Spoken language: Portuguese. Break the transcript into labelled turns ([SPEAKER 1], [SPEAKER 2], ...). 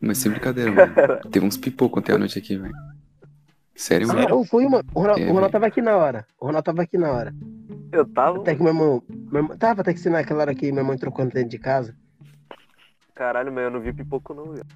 [SPEAKER 1] Mas sem brincadeira, mano. Teve uns pipocos ontem à noite aqui, velho. Sério, mano.
[SPEAKER 2] Ah, eu fui, mano. O Ronaldo,
[SPEAKER 1] É,
[SPEAKER 2] o Ronaldo
[SPEAKER 1] velho.
[SPEAKER 2] tava aqui na hora. O Ronaldo tava aqui na hora.
[SPEAKER 3] Eu tava.
[SPEAKER 2] Até que meu irmão. Meu irmão tava tá até que se naquela hora que minha mãe trocou dentro de casa.
[SPEAKER 3] Caralho, mas eu não vi pipoco não, velho.